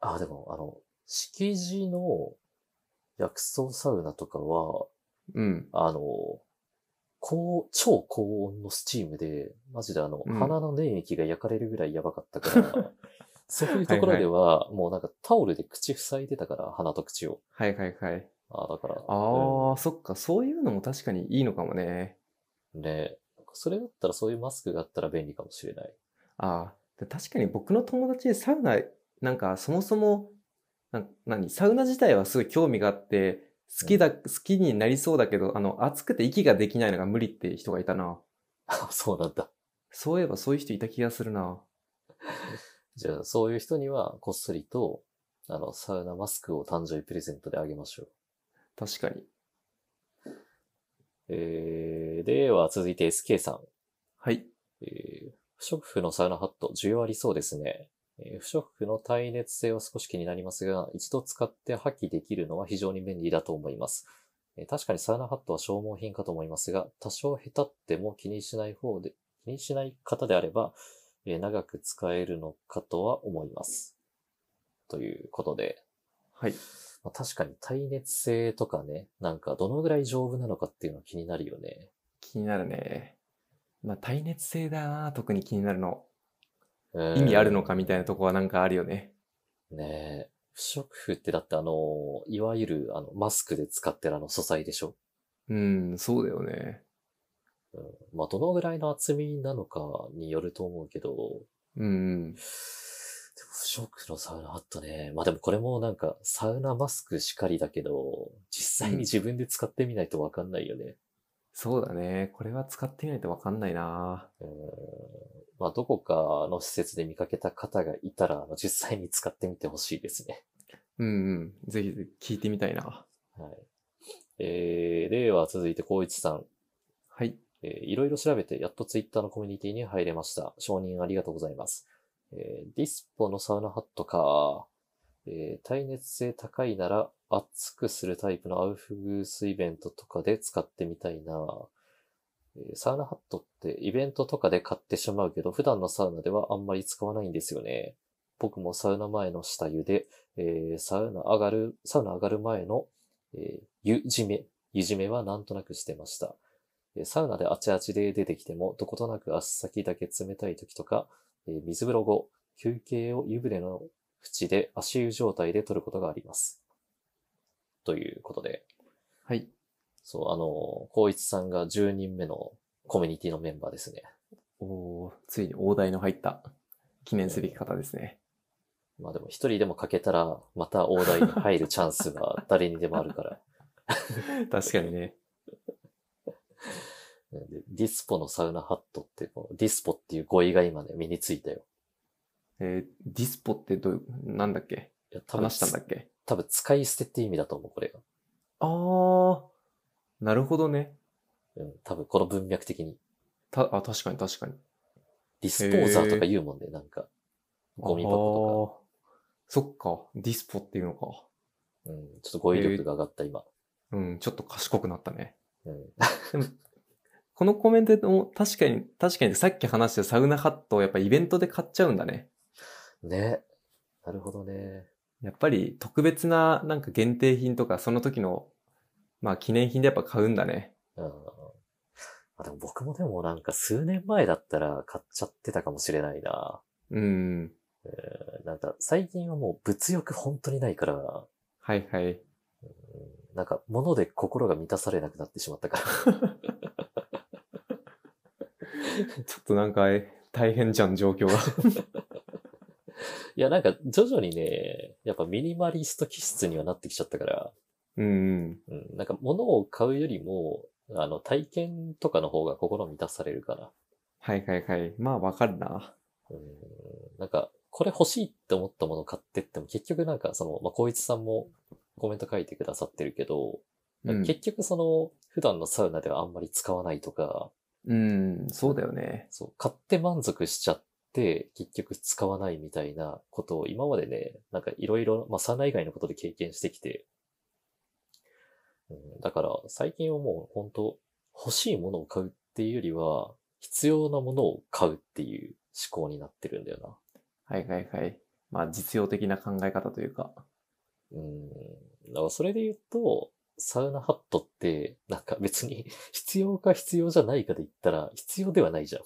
B: ああ、でも、あの、敷地の薬草サウナとかは、
C: うん。
B: あの、高、超高温のスチームで、マジであの、
C: うん
B: 鼻の粘液が焼かれるぐらいやばかった から、そういうところでは、もうなんかタオルで口塞いでたから、鼻と口を。
C: はいはいはい。
B: ああ、だから。
C: ああ、
B: あ。
C: そっか。そういうのも確かにいいのかもね。
B: ねそれだったらそういうマスクがあったら便利かもしれない。
C: ああ、で確かに僕の友達でサウナ、なんかそもそも、な、何、サウナ自体はすごい興味があって、好きだ、好きになりそうだけど、あの、暑くて息ができないのが無理って人がいたな。
B: あそうなんだ。
C: そういえばそういう人いた気がするな。
B: じゃあ、そういう人には、こっそりと、あの、サウナマスクを誕生日プレゼントであげましょう。
C: 確かに。
B: えー、では、続いて SK さん。
C: はい。
B: えー不織布のサウナハット、需要ありそうですね。えー不織布の耐熱性は少し気になりますが、一度使って破棄できるのは非常に便利だと思います。えー確かにサウナハットは消耗品かと思いますが、多少下手っても気にしない方で、気にしない方であれば、えー長く使えるのかとは思います。ということで、
C: はい。
B: まあ、確かに耐熱性とかね、なんかどのぐらい丈夫なのかっていうのは気になるよね。
C: 気になるね。まあ、耐熱性だな、特に気になるの。
B: うん
C: 意味あるのかみたいなとこはなんかあるよね。
B: ねえ。不織布ってだってあの、いわゆるあの、マスクで使ってるあの素材でしょ
C: うん、そうだよね。
B: まあ、どのぐらいの厚みなのかによると思うけど、
C: うん。
B: でも不織布のサウナハットね。まあでもこれもなんか、サウナマスクしかりだけど、実際に自分で使ってみないとわかんないよね。
C: そうだね。これは使ってみないとわかんないな。
B: うん。まあ、どこかの施設で見かけた方がいたら、あの実際に使ってみてほしいですね。
C: うんうん。ぜひぜひ聞いてみたいな。
B: はい。えー、では続いて、光一さん。
C: はい。
B: えーいろいろ調べて、やっとツイッターのコミュニティに入れました。承認ありがとうございます。えーディスポのサウナハットか。えー耐熱性高いなら、熱くするタイプのアウフグースイベントとかで使ってみたいな。えーサウナハットってイベントとかで買ってしまうけど、普段のサウナではあんまり使わないんですよね。僕もサウナ前の下湯で、えーサウナ上がる、サウナ上がる前の、えー湯締め、湯締めはなんとなくしてました。えーサウナであちあちで出てきても、どことなく足先だけ冷たい時とか、えー水風呂後、休憩を湯船の縁で足湯状態で取ることがあります。ということで、
C: はい。
B: そう、あの、光一さんが10人目のコミュニティのメンバーですね。
C: おーついに大台の入った記念すべき方ですね。
B: まあでも一人でも欠けたら、また大台に入るチャンスが誰にでもあるから。
C: 確かにね。
B: でディスポのサウナハットって、このディスポっていう語彙が今ね、身についたよ。
C: えーディスポってどういう、なんだっけ
B: いや多分
C: 話したんだっけ
B: 多分使い捨てって意味だと思う、これが。
C: あー、なるほどね。
B: うん、多分この文脈的に。
C: た、あ、確かに確かに。
B: ディスポーザーとか言うもんね、なんか。ゴミ箱
C: とか。そっか、ディスポっていうのか。
B: とか。うん、ちょっと語彙力が上がった今。
C: うん、ちょっと賢くなったね。
B: うん。
C: このコメントでも確かに、確かにさっき話したサウナハットをやっぱイベントで買っちゃうんだね。
B: ね。なるほどね。
C: やっぱり特別ななんか限定品とかその時の、まあ記念品でやっぱ買うんだね。
B: うん。あ、でも僕もでもなんか数年前だったら買っちゃってたかもしれないな。
C: うん。
B: なんか最近はもう物欲本当にないから、
C: はいはい。
B: うんなんか、物で心が満たされなくなってしまったから。
C: ちょっとなんか、え大変じゃん、状 況が。
B: いや、なんか、徐々にね、やっぱミニマリスト気質にはなってきちゃったから、
C: うん。
B: うん、なんか、物を買うよりも、あの、体験とかの方が心満たされるから。
C: はいはいはい。まあ、わかるな。
B: うん、なんか、これ欲しいって思ったものを買ってっても、結局なんか、その、まあ、光一さんもコメント書いてくださってるけど、
C: うん。
B: 結局その、普段のサウナではあんまり使わないとか、
C: うん、そうだよね。
B: そう、買って満足しちゃって、結局使わないみたいなことを今までね、なんかいろいろ、まあ、サウナ以外のことで経験してきて、うん、だから最近はもう本当欲しいものを買うっていうよりは、必要なものを買うっていう思考になってるんだよな。
C: はいはいはい。まあ、実用的な考え方というか。
B: うん。だからそれで言うと、サウナハットって、なんか別に 必要か必要じゃないかで言ったら、必要ではないじゃん。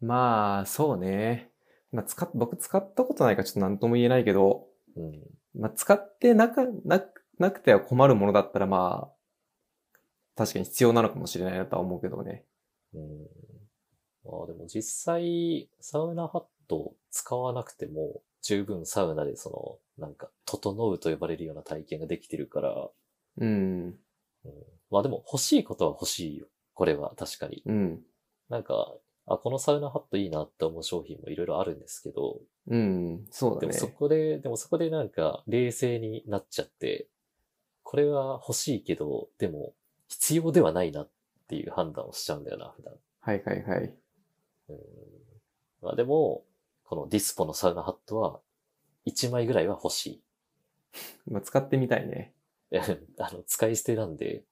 C: まあ、そうね。まあ、使っ、僕使ったことないからちょっと何とも言えないけど、
B: うん。
C: まあ、使ってなか、なく、なくては困るものだったら、まあ、確かに必要なのかもしれないなとは思うけどね。
B: うん。まあでも実際、サウナハットを使わなくても、十分サウナでその、なんか、整うと呼ばれるような体験ができてるから、
C: うん。
B: まあでも欲しいことは欲しいよ。これは確かに。
C: うん。
B: なんか、あ、このサウナハットいいなって思う商品もいろいろあるんですけど、
C: うん。そう
B: で
C: だ
B: も
C: ね。
B: そこで、でもそこでなんか冷静になっちゃって、これは欲しいけど、でも必要ではないなっていう判断をしちゃうんだよな、普段。
C: はいはいはい。
B: うんまあでも、このディスポのサウナハットは1枚ぐらいは欲しい。
C: まあ、使ってみたいね。
B: あの、使い捨てなんで、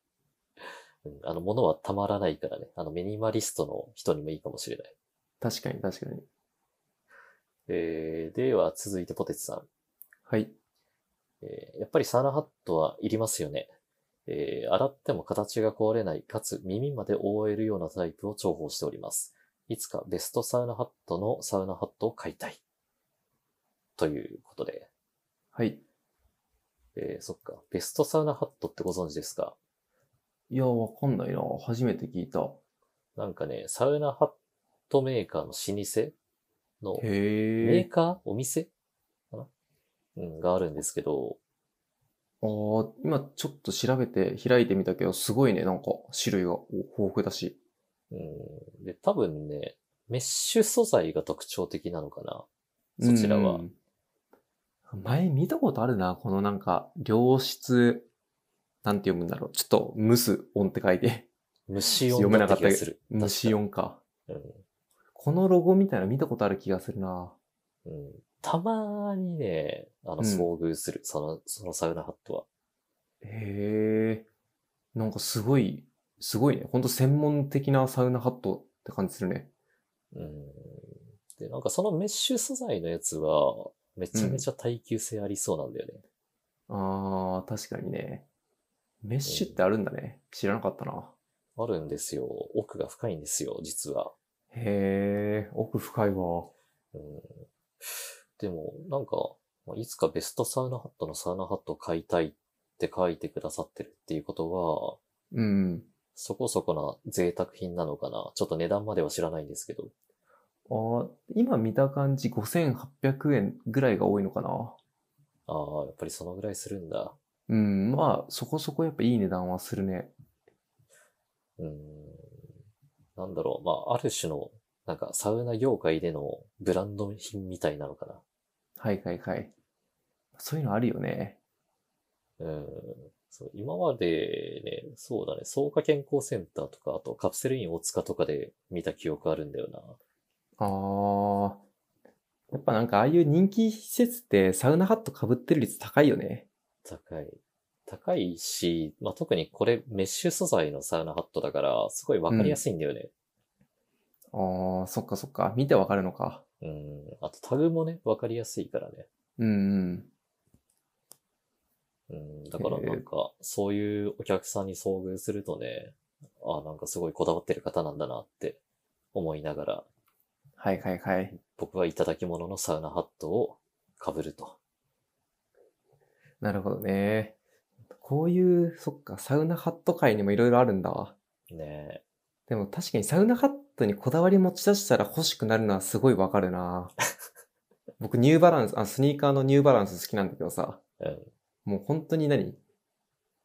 B: うんあの、物はたまらないからね。あの、ミニマリストの人にもいいかもしれない。
C: 確かに確かに。
B: えー、では続いてポテチさん。
C: はい。
B: えーやっぱりサウナハットはいりますよね。えー洗っても形が壊れない、かつ耳まで覆えるようなタイプを重宝しております。いつかベストサウナハットのサウナハットを買いたい。ということで。
C: はい。
B: えーそっか。ベストサウナハットってご存知ですか
C: いや、わかんないな。初めて聞いた。
B: なんかね、サウナハットメーカーの老舗のメ
C: へ
B: ー
C: え。
B: カーお店かなうん、があるんですけど、
C: ああ、今ちょっと調べて開いてみたけど、すごいね。なんか種類が豊富だし。
B: うん、で、多分ね、メッシュ素材が特徴的なのかなそちらは
C: うん。前見たことあるな。このなんか、良質、なんて読むんだろう。ちょっと、ムス音って書いて。
B: 虫
C: 読
B: 音
C: め
B: だ
C: な
B: っ
C: か
B: た
C: った
B: 気が
C: け
B: す
C: ど
B: る。。
C: 虫音か。
B: 確か。
C: このロゴみたいなの見たことある気がするな。
B: うんうん、たまにね、あの、
C: うん
B: 遭遇する、その、そのサウナハットは。
C: へえ。なんかすごい、すごいね。ほんと専門的なサウナハットって感じするね。
B: うん、で、なんかそのメッシュ素材のやつは、めちゃめちゃ耐久性ありそうなんだよね。
C: あー、確かにね。メッシュってあるんだね。知らなかったな。
B: あるんですよ。奥が深いんですよ、実は。
C: へえ、奥深いわ。
B: うん、でも、なんか、まあいつかベストサウナハットのサウナハットを買いたいって書いてくださってるっていうことは、
C: うん。
B: そこそこな贅沢品なのかな。ちょっと値段までは知らないんですけど。
C: あー、今見た感じ5800円ぐらいが多いのかな。
B: ああ、やっぱりそのぐらいするんだ。
C: うん、まあ、そこそこやっぱいい値段はするね。
B: うーん。なんだろう。まあ、ある種の、なんか、サウナ業界でのブランド品みたいなのかな。
C: はいはいはい。そういうのあるよね。
B: うーん。そう今までね、そうだね、草加健康センターとか、あとカプセルイン大塚とかで見た記憶あるんだよな。
C: あー。やっぱなんかああいう人気施設ってサウナハット被ってる率高いよね。
B: 高い。高いし、まあ、特にこれメッシュ素材のサウナハットだから、すごいわかりやすいんだよね。
C: あー、そっかそっか。見てわかるのか。
B: うん。あとタグもね、わかりやすいからね。
C: うんうん。
B: うん、だからなんか、そういうお客さんに遭遇するとね、あなんかすごいこだわってる方なんだなって思いながら、
C: はいはいはい。
B: 僕はいただき物のサウナハットを被ると。
C: なるほどね。ここういう、そっか、サウナハット界にもいろいろあるんだわ。
B: ねえ。
C: でも確かにサウナハットにこだわり持ち出したら欲しくなるのはすごいわかるな僕ニューバランス、あ、スニーカーのニューバランス好きなんだけどさ、
B: うん
C: もう本当に何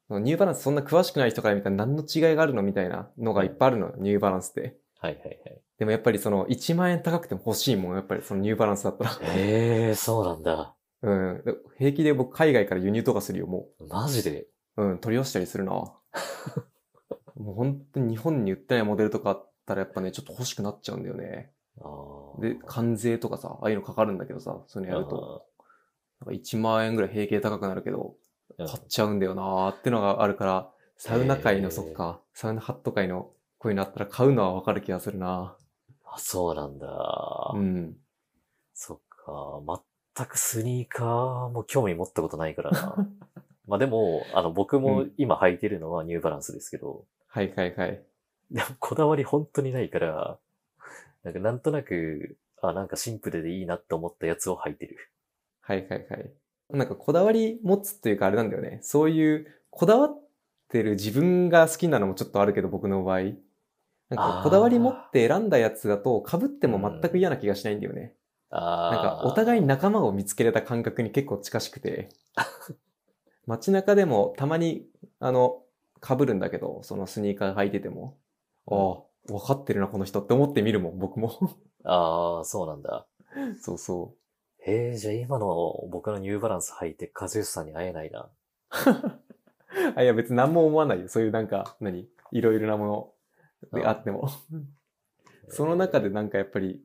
C: ニューバランスそんな詳しくない人から見たら何の違いがあるのみたいなのがいっぱいあるの、ニューバランスって。
B: はいはいはい。
C: でもやっぱりその1万円高くても欲しいもん、やっぱりそのニューバランスだったら。
B: ええそうなんだ。
C: うん。で平気で僕海外から輸入とかするよ、も
B: マジで。
C: う。うん、取り寄せたりするな。 もう本当に日本に売ってないモデルとかあったらやっぱね、ちょっと欲しくなっちゃうんだよね。
B: ああ。
C: で、関税とかさ、ああいうのかかるんだけどさ、そういうのやると、なんか1万円ぐらい平均高くなるけど、
B: あー。うん
C: 買っちゃうんだよなーってのがあるから、サウナ界
B: へー
C: の、そっか、サウナハット界のこういうのあったら買うのはわかる気がするな
B: あ、そうなんだ。
C: うん。
B: そっか。全くスニーカーも興味持ったことないか らな。まあでも、あの、僕も今履いてるのはニューバランスですけど、
C: はいはいはい。
B: でもこだわり本当にないから、なんかなんとなく、あ、なんかシンプルでいいなって思ったやつを履いてる。
C: はいはいはい。なんかこだわり持つっていうかあれなんだよね。そういう、こだわってる自分が好きなのもちょっとあるけど、僕の場合。なん
B: あ
C: か
B: ー
C: こだわり持って選んだやつだと、被っても全く嫌な気がしないんだよね。
B: ああ。
C: なんかお互い
B: に。
C: 仲間を見つけれた感覚に結構近しく て。街中でもたまに、あの、被るんだけど、そのスニーカー履いてても。ああ、分かってるな、この人って思って見るもん、僕も。
B: ああ、そうなんだ。
C: そうそ
B: ええじゃあ今の僕のニューバランス履いて、和義さんに会えないな。
C: う。あ、いや別に何も思わないよ。そういうなんか、何いろいろなもので
B: あ
C: あっても。その中でなんかやっぱり、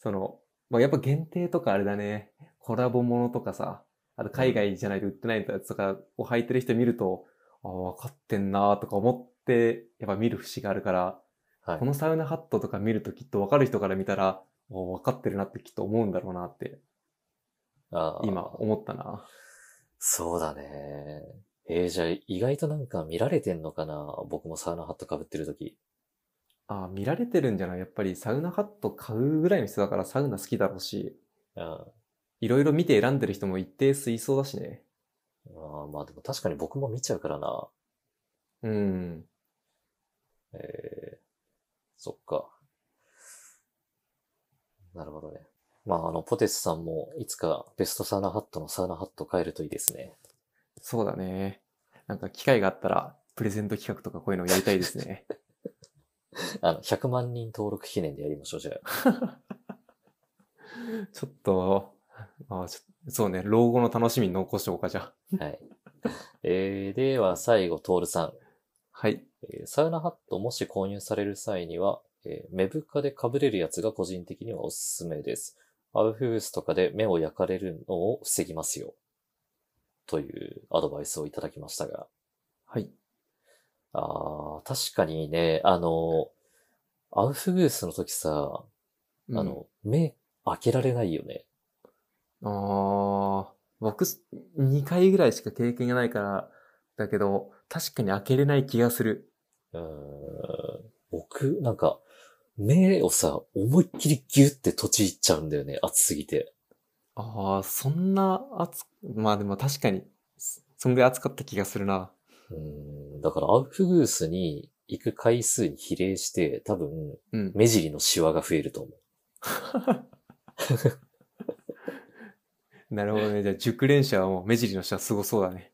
C: その、まあ、やっぱ限定とかあれだね、コラボものとかさ、あと海外じゃないと売ってないやつとかを履いてる人見ると、あ分かってんなとか思って、やっぱ見る節があるから、
B: はい
C: このサウナハットとか見るときっと分かる人から見たら、お分かってるなってきっと思うんだろうなって、
B: あー
C: 今思ったな。
B: そうだね。えー、じゃあ意外となんか見られてんのかな僕もサウナハット被ってるとき。
C: あ見られてるんじゃないやっぱりサウナハット買うぐらいの人だからサウナ好きだろうし、
B: うん。あ
C: いろいろ見て選んでる人も一定数いそうだしね。
B: ーまあでも確かに僕も見ちゃうからな。
C: うん。
B: えー、そっか。なるほどね。まああの、ポテスさんもいつかベストサウナハットのサウナハット変えるといいですね。
C: そうだね。なんか機会があったら、プレゼント企画とかこういうのやりたいですね。
B: あの、100万人登録記念でやりましょう、じゃあ。
C: ちょっと、あちょそうね、老後の楽しみに残しておこうか、じゃあ。
B: はい。えー、では最後、トールさん。
C: はい。
B: えーサウナハットもし購入される際には、えー目深で被れるやつが個人的にはおすすめです。アウフグースとかで目を焼かれるのを防ぎますよ。というアドバイスをいただきましたが。
C: はい。
B: あー確かにね、あの、アウフグースの時さ、
C: うん
B: あ、の、目開けられないよね。
C: あー僕、2回ぐらいしか経験がないから、だけど、確かに開けれない気がする。
B: うーん僕、なんか、目をさ、思いっきりギュって閉じっちゃうんだよね、熱すぎて。
C: ああ、そんな熱、まあでも確かに、そそんぐらい熱かった気がするな。
B: うーんだからアウフグースに行く回数に比例して、多分、
C: うん。
B: 目尻のシワが増えると思う。
C: なるほどね。じゃあ、熟練者はもう目尻の下すごそうだね。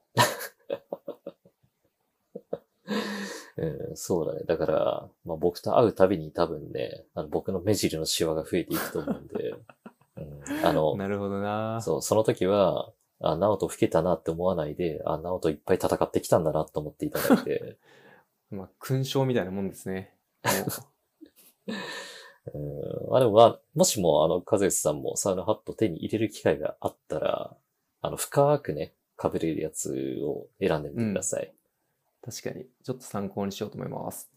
B: うん、そうだね。だから、まあ、僕と会うたびに多分ね、あの僕の目尻のシワが増えていくと思うんで、うん、あの、
C: なるほどな。
B: そう、その時は、あ、ナオト老けたなって思わないで、あ、ナオトいっぱい戦ってきたんだなと思っていただいて、
C: まあ、勲章みたいなもんですね。もう
B: うん、まあでもまあ、もしもあの、和義さんもサウナハット手に入れる機会があったら、あの、深くね、被れるやつを選んでみてください。
C: 確かに、ちょっと参考にしようと思います。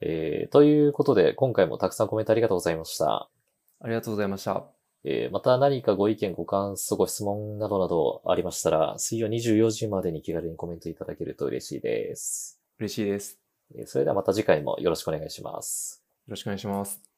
B: えーということで、今回もたくさんコメントありがとうございました。
C: ありがとうございました。
B: えーまた何かご意見、ご感想、ご質問などなどありましたら、水曜24時までに気軽にコメントいただけると嬉しいです。
C: 嬉しいです。
B: えーそれではまた次回もよろしくお願いします。
C: よろしくお願いします。